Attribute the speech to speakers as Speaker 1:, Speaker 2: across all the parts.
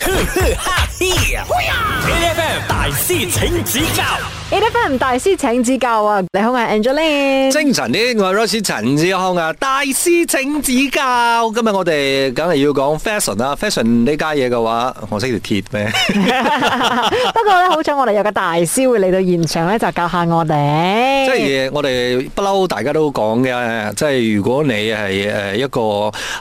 Speaker 1: 哈嘿呀！A.F.M. 大師請指教
Speaker 2: ，A. F. M. 大師請指教啊！你好，我係 Angeline。
Speaker 3: 精神啲，我係 Royce 陳志康啊！大師請指教，今日我哋梗係要講 fashion 啦，fashion 呢家嘢嘅話，我識條鐵咩？
Speaker 2: 不過咧，好彩我哋有個大師會嚟到現場咧，就教下我哋。
Speaker 3: 即係我哋不嬲，大家都講嘅，即係如果你係誒一個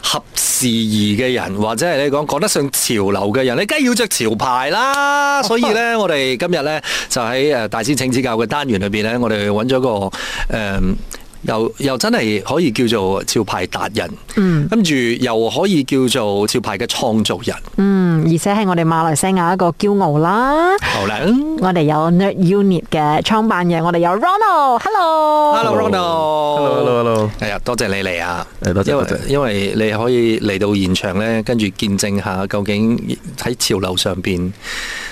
Speaker 3: 合時宜嘅人，或者係你講講得上潮流嘅人，你梗係要着潮牌啦。所以咧，我哋今日咧就喺誒大師請指教嘅單元裏邊咧，我哋揾咗個誒。又又真係可以叫做潮牌達人，嗯，跟住又可以叫做潮牌嘅創造人，
Speaker 2: 嗯，而且係我哋馬來西亞一個驕傲啦。
Speaker 3: 好啦
Speaker 2: 我哋有 Nerd Unit 嘅創辦人，我哋有 Ronald，Hello。
Speaker 3: ，Hello Ronald，Hello
Speaker 4: Hello，Hello，Hello
Speaker 3: 係啊，多謝你嚟啊，
Speaker 4: 誒多謝
Speaker 3: 因為
Speaker 4: 多謝
Speaker 3: 因為你可以嚟到現場咧，跟住見證下究竟喺潮流上邊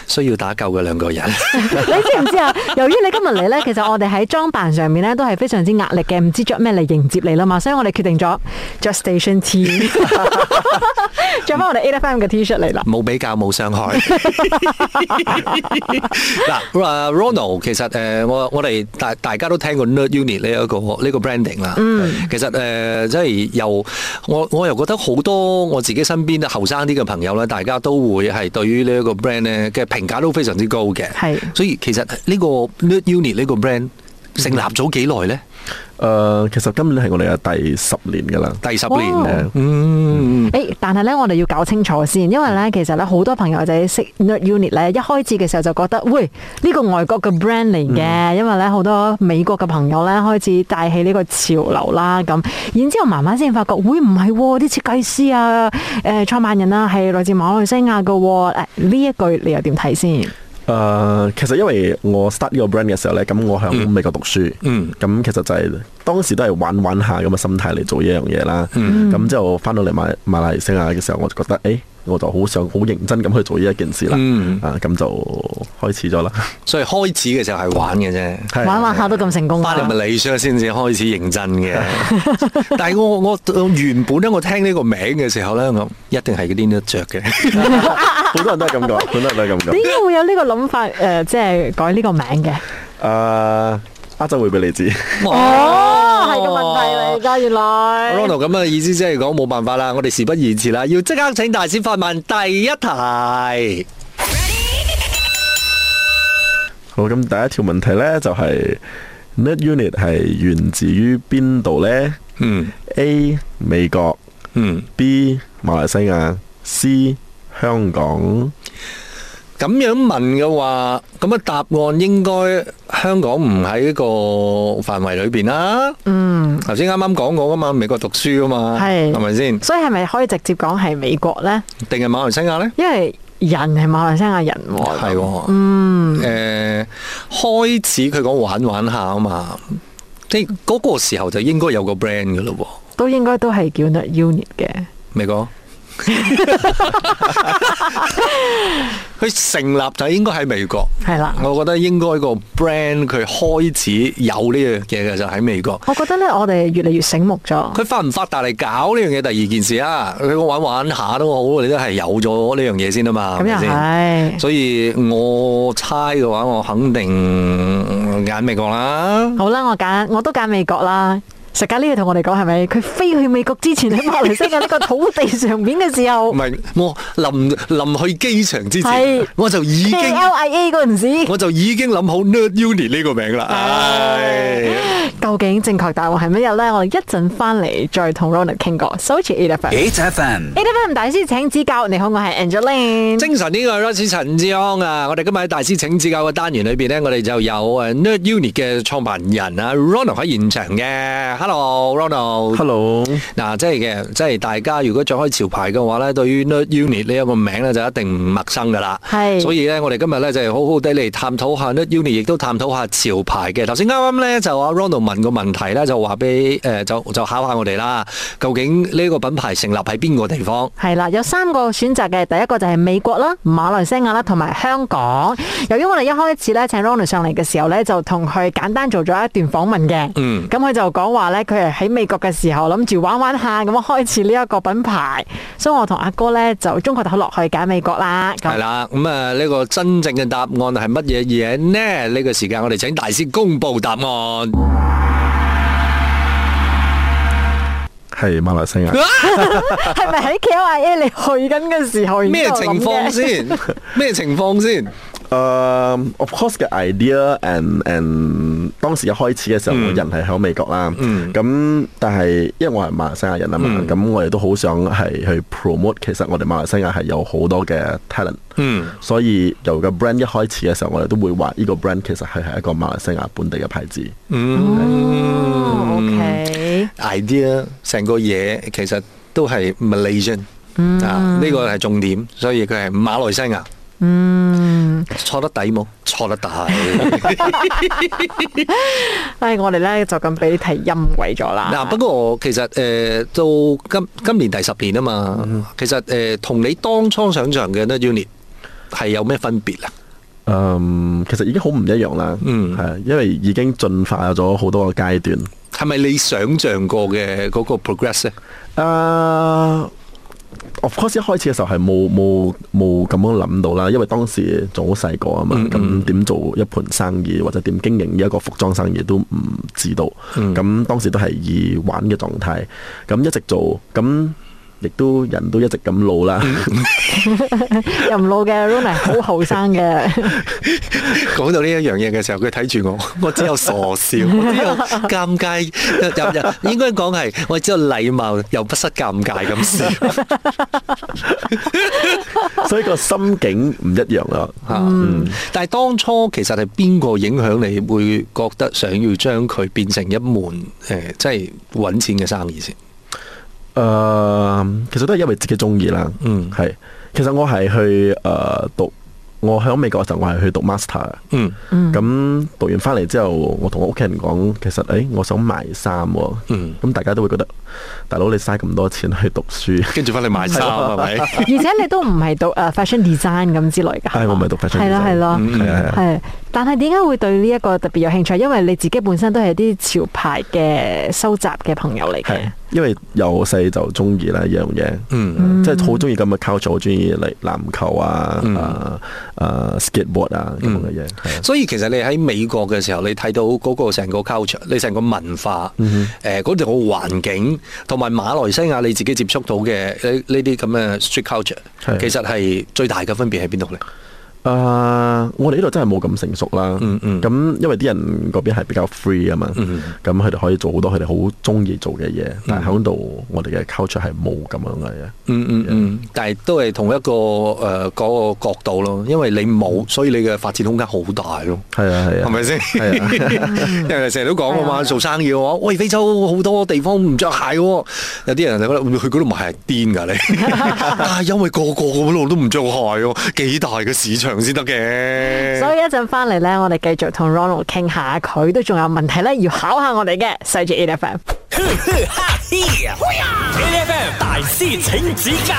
Speaker 3: 需要打救嘅兩個人，
Speaker 2: 你知唔知啊？由於你今日嚟咧，其實我哋喺裝扮上面咧都係非常之壓力嘅，唔知着咩嚟迎接你啦嘛，所以我哋決定咗着 Station T，着翻我哋 A F M 嘅 T 恤嚟啦。
Speaker 3: 冇比較冇 傷害。嗱啊，Ronald 其實誒，我我哋大大家都聽過 Nerd Unit 呢一個呢個 branding 啦。嗯，其實誒，即係又我我又覺得好多我自己身邊嘅後生啲嘅朋友咧，大家都會係對於呢一個 brand 咧嘅評價都非常之高嘅。
Speaker 2: 係
Speaker 3: 所以其實呢個 Nerd Unit 呢個 brand 成立咗幾耐咧？
Speaker 4: 誒、其實今年係我哋嘅第十年㗎啦。
Speaker 3: 第十年
Speaker 2: 哇
Speaker 3: 咧，嗯。
Speaker 2: 誒，但係咧，我哋要搞清楚先，因為咧，其實咧，好多朋友仔識 Nerd Unit 咧，一開始嘅時候就覺得，喂，呢個外國嘅 brand 嚟
Speaker 3: 嗯
Speaker 2: 嘅，因為咧好多美國嘅朋友咧開始帶起呢個潮流啦，咁，然之後慢慢先發覺，會唔係喎啲設計師啊，誒創辦人啊，係來自馬來西亞嘅喎，誒呢一句你又點睇先？
Speaker 4: 誒、其實因為我 start 呢個 brand 嘅時候咧，咁我喺美國讀書，咁、
Speaker 3: 嗯
Speaker 4: 其實就係、當時都係玩玩下咁嘅心態嚟做呢樣嘢啦。咁、
Speaker 3: 嗯
Speaker 4: 之後翻到嚟馬馬來西亞嘅時候，我就覺得誒、欸我就好想好認真咁去做呢一件事啦。
Speaker 3: 嗯
Speaker 4: 啊，咁就開始咗啦。
Speaker 3: 所以開始嘅時候係玩嘅啫。
Speaker 4: 係
Speaker 2: 玩玩下都咁成功啊
Speaker 3: 翻
Speaker 2: 啦
Speaker 3: 嚟，啊咪理想先至開始認真 嘅，但係我我我原本咧，我聽呢個名嘅時候咧，我一定係嗰啲都着嘅，
Speaker 4: 好多人都係咁講，好多人都係咁講
Speaker 2: 點。解會有呢個諗法？誒，即係改呢個名嘅？
Speaker 4: 誒、亞啊洲會俾你知。
Speaker 2: 哦，係個問題嚟㗎，原來。
Speaker 3: Ronald 咁嘅意思即係講冇辦法啦，我哋事不宜遲啦，要即刻請大師發問第一題。
Speaker 4: 好，咁第一條問題呢，就係、Net Unit 係源自於邊度呢
Speaker 3: 嗯
Speaker 4: a 美國
Speaker 3: 嗯，
Speaker 4: ，B 馬來西亞，C 香港。
Speaker 3: 咁樣問嘅話，咁啊答案應該香港唔喺呢個範圍裏邊啦。
Speaker 2: 嗯。
Speaker 3: 頭先啱啱講過噶嘛，美國讀書噶嘛，
Speaker 2: 係
Speaker 3: 係咪先？
Speaker 2: 所以係咪可以直接講係美國呢？
Speaker 3: 定係馬來西亞咧？
Speaker 2: 因為人係馬來西亞人喎。
Speaker 3: 係喎，嗯，誒、開始佢講玩玩下啊嘛，即係嗰個時候就應該有個 brand 嘅咯喎，
Speaker 2: 都應該都係叫 Nerd Unit 嘅。
Speaker 3: 美國。 佢成立就應該喺美國，
Speaker 2: 係啦
Speaker 3: 我覺得應該個 brand 佢開始有呢樣嘢嘅就喺美國。
Speaker 2: 我覺得咧，我哋越嚟越醒目咗。
Speaker 3: 佢發唔發達嚟搞呢樣嘢，第二件事啊，佢玩玩下都好，你都係有咗呢樣嘢先啊嘛，
Speaker 2: 咁
Speaker 3: 咪
Speaker 2: 又
Speaker 3: 先？
Speaker 2: 係。
Speaker 3: 所以我猜嘅話，我肯定揀美國啦。
Speaker 2: 好啦，我揀我都揀美國啦。實家呢個同我哋講係咪？佢飛去美國之前喺馬來西亞呢個土地上面嘅時候
Speaker 3: 唔係我臨臨去機場之前
Speaker 2: 係，
Speaker 3: 我就已經
Speaker 2: ，KLIA 嗰陣時，
Speaker 3: 我就已經諗好 Nerd Unit 呢個名啦。
Speaker 2: 啊
Speaker 3: 唉，
Speaker 2: 究竟正確答案係乜嘢呢？我哋一陣翻嚟再同 Ronald 傾過。So c h e a FM，A
Speaker 1: ，8FM，
Speaker 2: FM 大師請指教。你好，我係 Angeline。
Speaker 3: 精神呢個係 Royce 陳志康啊！我哋今日喺大師請指教嘅單元裏邊咧，我哋就有誒 Nerd Unit 嘅創辦人啊 Ronald 喺現場嘅。Hello Ronald。
Speaker 4: Hello，
Speaker 3: 嗱、即係嘅，即係大家如果着開潮牌嘅話咧，對於 Nerd Unit 呢一個名咧就一定唔陌生噶啦。
Speaker 2: 係
Speaker 3: 所以咧，我哋今日咧就係好好地嚟探討下 Nerd Unit，亦都探討下潮牌嘅。頭先啱啱咧就阿度問個問題咧，就話俾誒就就考下我哋啦，究竟呢個品牌成立喺邊個地方？
Speaker 2: 係啦，有三個選擇嘅，第一個就係美國啦、馬來西亞啦，同埋香港。由於我哋一開始咧請 Ronald 上嚟嘅時候咧，就同佢簡單做咗一段訪問嘅。
Speaker 3: 嗯
Speaker 2: 咁佢就講話咧，佢係喺美國嘅時候諗住玩玩下，咁開始呢一個品牌。所以我同阿哥咧就中國大落去揀美國啦。咁
Speaker 3: 係啦，咁啊呢個真正嘅答案係乜嘢嘢呢？呢、個時間我哋請大師公布答案。啊
Speaker 4: 係馬來西亞。
Speaker 2: 係咪喺 KIA 你去緊嘅時候已經
Speaker 3: 咩
Speaker 2: 有諗嘅
Speaker 3: 情況？先？咩情況先？
Speaker 4: 誒、o f Um, course 嘅 idea and and 當時一開始嘅時候，我人係喺美國啦。咁、但係因為我係馬來西亞人啊嘛，咁、我哋都好想係去 promote，其實我哋馬來西亞係有好多嘅 talent。
Speaker 3: 嗯
Speaker 4: 所以由個 brand 一開始嘅時候，我哋都會話呢個 brand 其實係係一個馬來西亞本地嘅牌子。
Speaker 2: 哦，OK。
Speaker 3: 嗯 idea 成個嘢其實都係 Malaysian、啊，呢個係重點，所以佢係馬來西亞。嗯，錯得抵冇？錯得抵。
Speaker 2: 唉，我哋咧就咁俾啲題陰鬼咗啦。
Speaker 3: 嗱，不過我其實誒、呃到今今年第十年啊嘛，其實誒同、你當初想象嘅 unit 係有咩分別啊？
Speaker 4: 嗯，其實已經好唔一樣啦，
Speaker 3: 嗯
Speaker 4: 係因為已經進化咗好多個階段。
Speaker 3: 係咪你想象過嘅嗰個 progress 咧？
Speaker 4: 啊、of course 一開始嘅時候係冇冇冇咁樣諗到啦，因為當時仲好細個啊嘛，咁點做一盤生意或者點經營呢一個服裝生意都唔知道，咁、當時都係以玩嘅狀態，咁一直做，咁亦都人都一直咁老啦，
Speaker 2: 又唔老嘅 Rona 好後生嘅，
Speaker 3: 講到呢一樣嘢嘅時候，佢睇住我， 我只有傻笑，我只有尷尬，又又應該講係我只有禮貌又不失尷尬咁笑。
Speaker 4: 所以個心境唔一樣啊啦。
Speaker 3: 嗯，但係當初其實係邊個影響你會覺得想要將佢變成一門誒、呃即係揾錢嘅生意先？
Speaker 4: 誒、呃其實都係因為自己中意啦。
Speaker 3: 嗯
Speaker 4: 係。其實我係去誒、呃讀，我喺美國嘅時候，我係去讀 master 嘅。
Speaker 3: 嗯
Speaker 4: 咁、讀完翻嚟之後，我同我屋企人講，其實誒、欸我想賣衫喎。
Speaker 3: 嗯
Speaker 4: 咁大家都會覺得，大佬你嘥咁多錢去讀 書。
Speaker 3: 跟住翻嚟買衫係咪？
Speaker 2: 而且你都唔係讀誒 fashion design 咁之類㗎。
Speaker 4: 係我唔係讀 fashion
Speaker 2: 係啦
Speaker 4: design
Speaker 2: 係啦
Speaker 4: 嗯係啊係啊
Speaker 2: 係。但係點解會對呢一個特別有興趣？因為你自己本身都係啲潮牌嘅收集嘅朋友嚟
Speaker 4: 係
Speaker 2: 嘅。，
Speaker 4: 因為由細就中意啦呢樣嘢，
Speaker 3: 嗯
Speaker 4: 即係好中意咁嘅 culture，好中意嚟籃球啊、
Speaker 3: 嗯
Speaker 4: 啊啊 skateboard 啊咁樣嘅嘢，係啊
Speaker 3: 所以其實你喺美國嘅時候，你睇到嗰個成個 culture，你成個文化，誒嗰度個環境，同埋馬來西亞你自己接觸到嘅呢呢啲咁嘅 street culture，
Speaker 4: 係
Speaker 3: 其實係最大嘅分別喺邊度咧？
Speaker 4: 啊、我哋呢度真係冇咁成熟啦。
Speaker 3: 嗯嗯
Speaker 4: 咁因為啲人嗰邊係比較 free 啊嘛。咁佢哋可以做好多佢哋好中意做嘅嘢，但係喺度我哋嘅 culture 係冇咁樣嘅嘢。
Speaker 3: 嗯嗯嗯，但係都係同一個誒嗰、個角度咯，因為你冇，所以你嘅發展空間好大咯。
Speaker 4: 係啊係啊，
Speaker 3: 係咪先？
Speaker 4: 係啊，
Speaker 3: 因為成日都講啊
Speaker 2: 係
Speaker 3: 嘛，
Speaker 2: 啊
Speaker 3: 做生意嘅話，喂非洲好多地方唔着鞋喎，有啲人就覺得去嗰度買係癲 㗎你，但係因為個個嗰度都唔着鞋喎，幾大嘅市場先得
Speaker 2: 所
Speaker 3: 嘅。
Speaker 2: 以一陣翻嚟咧，我哋繼續同 Ronald 傾下，佢都仲有問題咧，要考下我哋嘅。細住 A F M。
Speaker 1: 哈嘿呀！A F M 大師請指教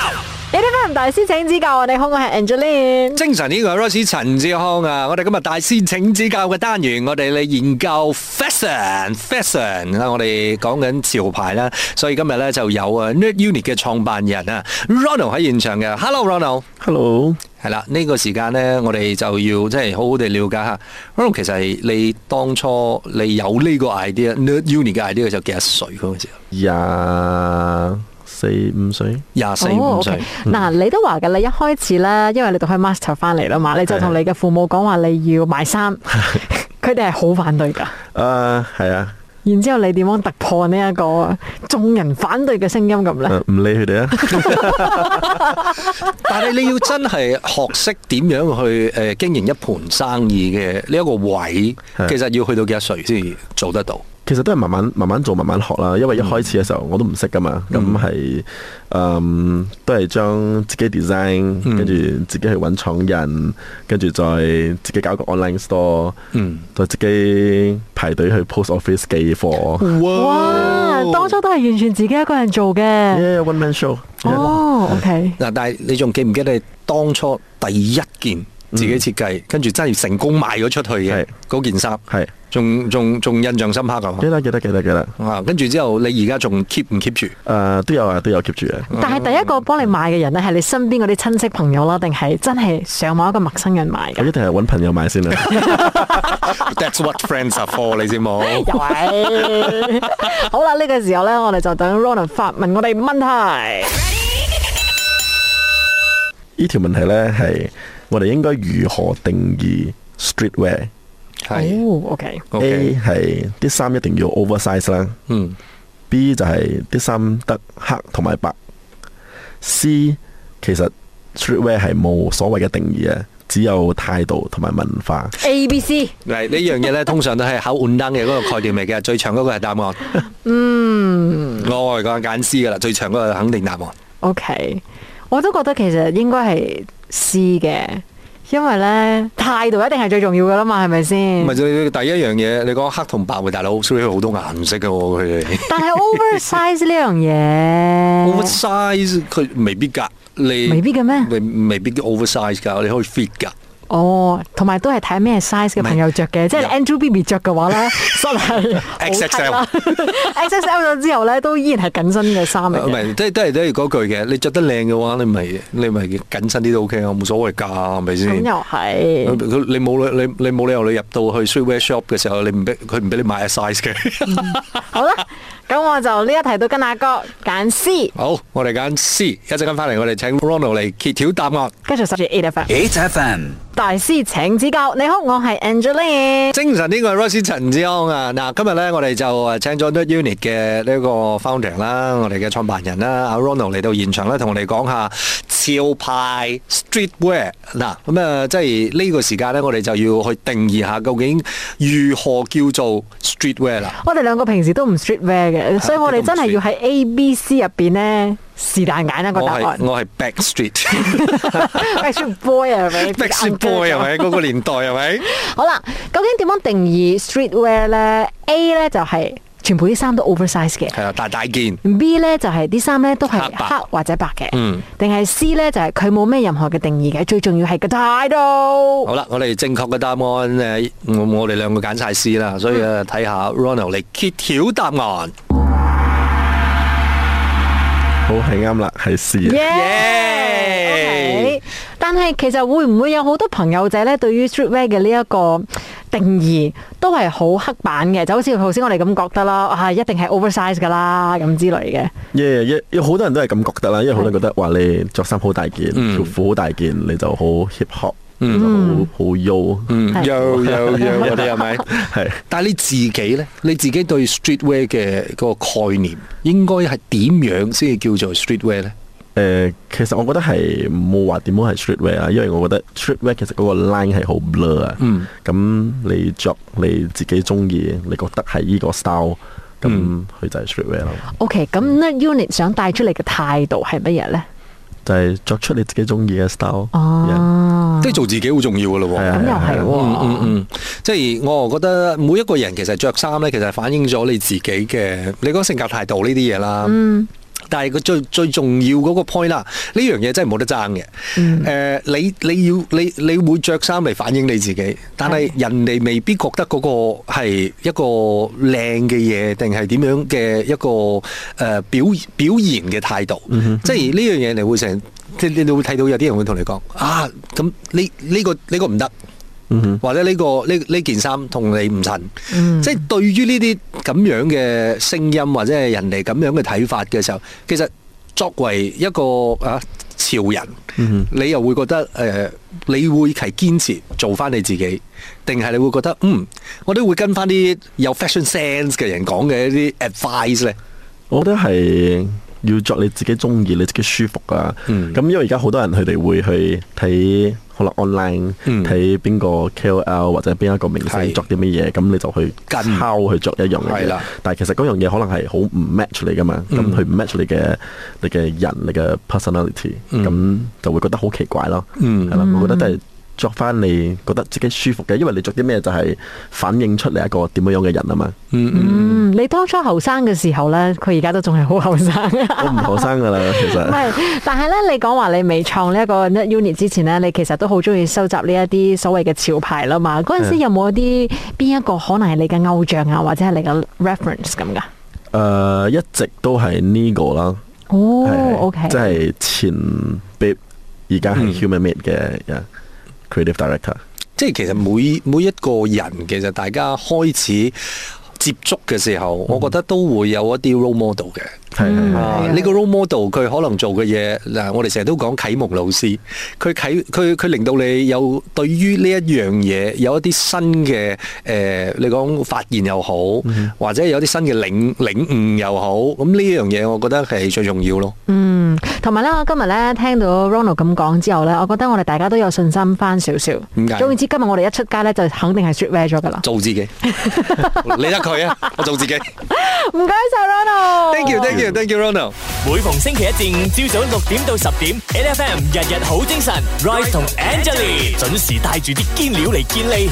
Speaker 2: 你啲大師請指教，我哋好，我係 Angeline。
Speaker 3: 精神呢個係 Royce 陳志康啊！我哋今日大師請指教嘅單元，我哋嚟研究 fashion fashion 啊！我哋講緊潮牌啦，所以今日咧就有啊 Nerd Unit 嘅創辦人啊 Ronald 喺現場嘅，Hello Ronald。
Speaker 4: Hello，
Speaker 3: 係啦，呢、個時間呢，我哋就要即係好好地了解下。Ronald，其實係你當初你有呢個 idea，Nerd Uni 嘅 idea 就幾多歲嗰陣時？啊
Speaker 4: 廿四五歲，
Speaker 3: 廿四
Speaker 2: 哦
Speaker 3: 五
Speaker 2: OK
Speaker 3: 歲。嗯
Speaker 2: 嗱，你都話嘅啦，一開始咧，因為你讀開 master 翻嚟啦嘛，你就同你嘅父母講話你要買 衫，佢哋係好反對噶。
Speaker 4: 啊係啊，
Speaker 2: 然之後你點樣突破呢一個眾人反對嘅聲音咁咧？
Speaker 4: 誒唔理佢哋啊，
Speaker 3: 但係你要真係學識點樣去誒、呃經營一盤生意嘅呢一個位，
Speaker 4: 係
Speaker 3: 其實要去到幾多歲先做得到？
Speaker 4: 其其實都係慢慢慢慢做，慢慢學啦。因為一開始嘅時候我都唔識噶嘛，咁係誒都係將自己 design，跟住自己去揾廠人，跟住再自己搞個 online store，再自己排隊去 post office 寄
Speaker 3: 嗯
Speaker 4: 貨。
Speaker 3: 哦
Speaker 2: 哇！啊當初都係完全自己一個人做嘅。
Speaker 4: Yeah, one man show。
Speaker 2: 哦，OK，
Speaker 3: 嗱，但係你仲記唔記得你當初第一件自己設計，跟住真係成功賣咗出去
Speaker 4: 嗯
Speaker 3: 嘅
Speaker 4: 係
Speaker 3: 嗰件衫，
Speaker 4: 係
Speaker 3: 仲仲仲印象深刻噶
Speaker 4: 記。得記得記得記得。
Speaker 3: 啊，跟住之後你而家仲 keep 唔 keep 住？
Speaker 4: 誒都有啊，都有 keep 住嘅。
Speaker 2: 但係第一個幫你買嘅人咧，係你身邊嗰啲親戚朋友啦，定係真係上網一個陌生人買
Speaker 4: 我
Speaker 3: 嗯
Speaker 2: 嘅？
Speaker 4: 一定係揾朋友買先啦。
Speaker 3: That's what friends are for，你知冇？
Speaker 2: 又係 好啦，呢、個時候咧，我哋就等 Ronan 發問我哋問題。
Speaker 4: 呢條問題呢，係我哋應該如何定義 streetwear？
Speaker 3: 係
Speaker 2: 哦，OK，
Speaker 3: ，OK，
Speaker 4: A 係啲衫一定要 oversize 啦
Speaker 3: 嗯
Speaker 4: ，B 就係啲衫得黑同埋白，C 其實 streetwear 係冇所謂嘅定義嘅，只有態度同埋文化。
Speaker 2: A、B、C，
Speaker 3: 嗱呢樣嘢咧，通常都係考換燈嘅嗰個概念嚟嘅，最長嗰個係答 案。嗯，我係講揀 C 噶啦，最長嗰個肯定答案。
Speaker 2: OK，我都覺得其實應該係 C 嘅，因為咧態度一定係最重要噶啦嘛，係咪先
Speaker 3: 唔？係最第一樣嘢，你講黑同白喎，大佬，所以好多顏色嘅喎，佢哋。
Speaker 2: 但係 oversize 呢樣嘢
Speaker 3: oversize 佢未必㗎，你
Speaker 2: 啊未必嘅咩
Speaker 3: 你未必 oversize 㗎，你可以 fit 㗎。
Speaker 2: 哦，同埋都係睇咩 size 嘅朋友着嘅，即係你
Speaker 3: 有
Speaker 2: Andrew Baby 着嘅話 咧，真係好 tight 啦 XXL 咗之後咧，都依然係緊身嘅衫嚟
Speaker 3: 唔
Speaker 2: 嘅。
Speaker 3: 係，即係都係都係嗰句嘅，你着得靚嘅話，你咪你咪緊身啲都 OK 啊，冇所謂㗎，係咪
Speaker 2: 咁
Speaker 3: 先？
Speaker 2: 又係，
Speaker 3: 佢你冇理你你冇理由你入到去 streetwear shop 嘅時候，你唔俾佢唔俾你買 size 嘅。
Speaker 2: 好啦，咁我就呢一題到跟阿哥揀 C，
Speaker 3: 好，我哋揀 C，一陣間翻嚟，我哋請 Ronald 嚟揭曉答案。
Speaker 2: 跟住守住 A F M。
Speaker 1: 8FM
Speaker 2: 大師請指教，你好，我係 Angeline。
Speaker 3: 精神呢個係 Rosie 陳志安啊！嗱，今日咧我哋就誒請咗 Nerd Unit 嘅呢個 founder 啦，我哋嘅創辦人啦，阿 Ronald 嚟到現場咧，同我哋講下潮牌 streetwear。嗱，咁啊，即係呢個時間咧，我哋就要去定義下究竟如何叫做 streetwear 啦。
Speaker 2: 我哋兩個平時都唔 streetwear 嘅，所以我哋真係要喺 A、B、C 入邊咧，是但揀一個
Speaker 3: 我
Speaker 2: 答
Speaker 3: 係
Speaker 2: 案。
Speaker 3: 我係 Backstreet
Speaker 2: Backstreet Boy 啊係咪
Speaker 3: Backstreet Boy 啊係咪？嗰個年代係咪？
Speaker 2: 好啦，究竟點樣定義 streetwear 咧？A 咧就係全部啲衫都 oversize 嘅。
Speaker 3: 係啊，大大件。
Speaker 2: B 咧就係啲衫咧都係
Speaker 3: 黑白
Speaker 2: 黑或者白嘅，
Speaker 3: 嗯
Speaker 2: 定係 C 咧就係佢冇咩任何嘅定義嘅，最重要係個態度。
Speaker 3: 好啦，我哋正確嘅答案誒，我我哋兩個揀晒 C 啦，所以誒睇下 Ronald 嚟揭曉答案。
Speaker 4: 好係啱啦，係啊 C 嘅。
Speaker 2: 耶！但係其實會唔會有好多朋友仔咧，對於 streetwear 嘅呢一個定義都係好刻板嘅，就好似頭先我哋咁覺得啦，啊一定係 oversize 噶啦咁之類嘅。
Speaker 4: 耶耶有好多人都係咁覺得啦，因為好多人覺得話你着衫好大件，條褲好大件，你就好 hip hop，你就好好 yo，
Speaker 3: 嗯，
Speaker 2: 係
Speaker 3: 有有有有啲係咪？
Speaker 4: 係
Speaker 3: 但係你自己咧，你自己對 streetwear 嘅嗰個概念應該係點樣先至叫做 streetwear 咧？
Speaker 4: 誒，呃其實我覺得係冇話點樣係 streetwear 啊，因為我覺得 streetwear 其實嗰個 line 係好 blur 啊。咁你着你自己中意，你覺得係依個 style，咁佢就係 streetwear 咯。
Speaker 2: OK，咁呢 unit 想帶出嚟嘅態度係乜嘢咧？
Speaker 4: 就係着出你自己中意嘅 style。Yeah，
Speaker 2: 哦，
Speaker 3: 即係做自己好重要噶咯
Speaker 4: 係
Speaker 3: 喎
Speaker 4: 啊。
Speaker 2: 咁又係
Speaker 3: 嗯嗯
Speaker 2: 喎。
Speaker 3: 嗯，即係我覺得每一個人其實着衫咧，其實反映咗你自己嘅你講性格態度呢啲嘢啦。嗯。但係個最最重要嗰個 point 啦，呢樣嘢真係冇得爭嘅。誒、你你要你你會着衫嚟反映你自己，但係人哋未必覺得嗰個係一個靚嘅嘢，定係點樣嘅一個誒、呃表表現嘅態度。即係呢樣嘢，你會成即係你你會睇到有啲人會同你講啊，咁呢呢個呢、個唔得。或者呢、個呢呢件衫同你唔襯，即係對於呢啲咁樣嘅聲音或者係人哋咁樣嘅睇法嘅時候，其實作為一個啊潮人，你又會覺得誒、呃你會係堅持做翻你自己，定係你會覺得嗯，我都會跟翻啲有 fashion sense 嘅人講嘅一啲 advice 咧？
Speaker 4: 我覺得係要着你自己中意、你自己舒服啊。咁、
Speaker 3: 嗯
Speaker 4: 因為而家好多人佢哋會去睇。可能 online
Speaker 3: 嗯
Speaker 4: 睇邊個 KOL 或者邊一個明
Speaker 3: 係
Speaker 4: 星作啲乜嘢，咁你就去
Speaker 3: 跟
Speaker 4: 抄去着一樣嘅
Speaker 3: 係
Speaker 4: 嘢
Speaker 3: 啦。嗯
Speaker 4: 但係其實嗰樣嘢可能係好唔 match 你噶嘛，咁佢唔 match 你嘅你嘅人、你嘅 personality，咁就會覺得好奇怪咯。
Speaker 3: 嗯
Speaker 4: 係啦，我覺得都係着翻你覺得自己舒服嘅，因為你着啲咩就係反映出你一個點樣樣嘅人啊嘛。
Speaker 2: 嗯，你當初後生嘅時候咧，佢而家都仲係好後生。啊
Speaker 4: 我唔後生噶啦，其
Speaker 2: 唔
Speaker 4: 實。
Speaker 2: 係，但係咧，你講話你未創呢一個 Net Unit 之前咧，你其實都好中意收集呢一啲所謂嘅潮牌啦嘛。嗰陣
Speaker 4: 嗯
Speaker 2: 時有冇一啲邊一個可能係你嘅偶像啊，或者係你嘅 reference 咁噶？
Speaker 4: 誒、呃一直都係呢個啦，
Speaker 2: 哦
Speaker 4: 係
Speaker 2: ，OK，
Speaker 4: 即係前 Babe，而家係 Human Made 嘅嘅 creative director。
Speaker 3: 即係其實每每一個人，其實大家開始接觸嘅時候，我覺得都會有一啲 role model 嘅。
Speaker 4: 係
Speaker 2: 嗯
Speaker 4: 係係
Speaker 3: 啊！呢個 role model 佢可能做嘅嘢嗱，我哋成日都講啟蒙老師，佢啟佢佢令到你有對於呢一樣嘢有一啲新嘅誒、呃你講發現又好，或者有啲新嘅領領悟又好，咁呢樣嘢我覺得係最重要咯。
Speaker 2: 嗯，同埋咧，我今日咧聽到 Ronald 咁講之後咧，我覺得我哋大家都有信心翻少少。
Speaker 3: 點解
Speaker 2: 總言之，今日我哋一出街咧，就肯定係 s w e a r 咗噶啦。
Speaker 3: 做自己，理得佢啊！我做自己。
Speaker 2: 唔該晒 Ronald。
Speaker 3: Thank you，thank you，thank you，Ronald。
Speaker 1: 每逢星期一至五朝早六點到十點，N F M 日日好精神，Rise 同 Angelie 準時帶住啲堅料嚟健利。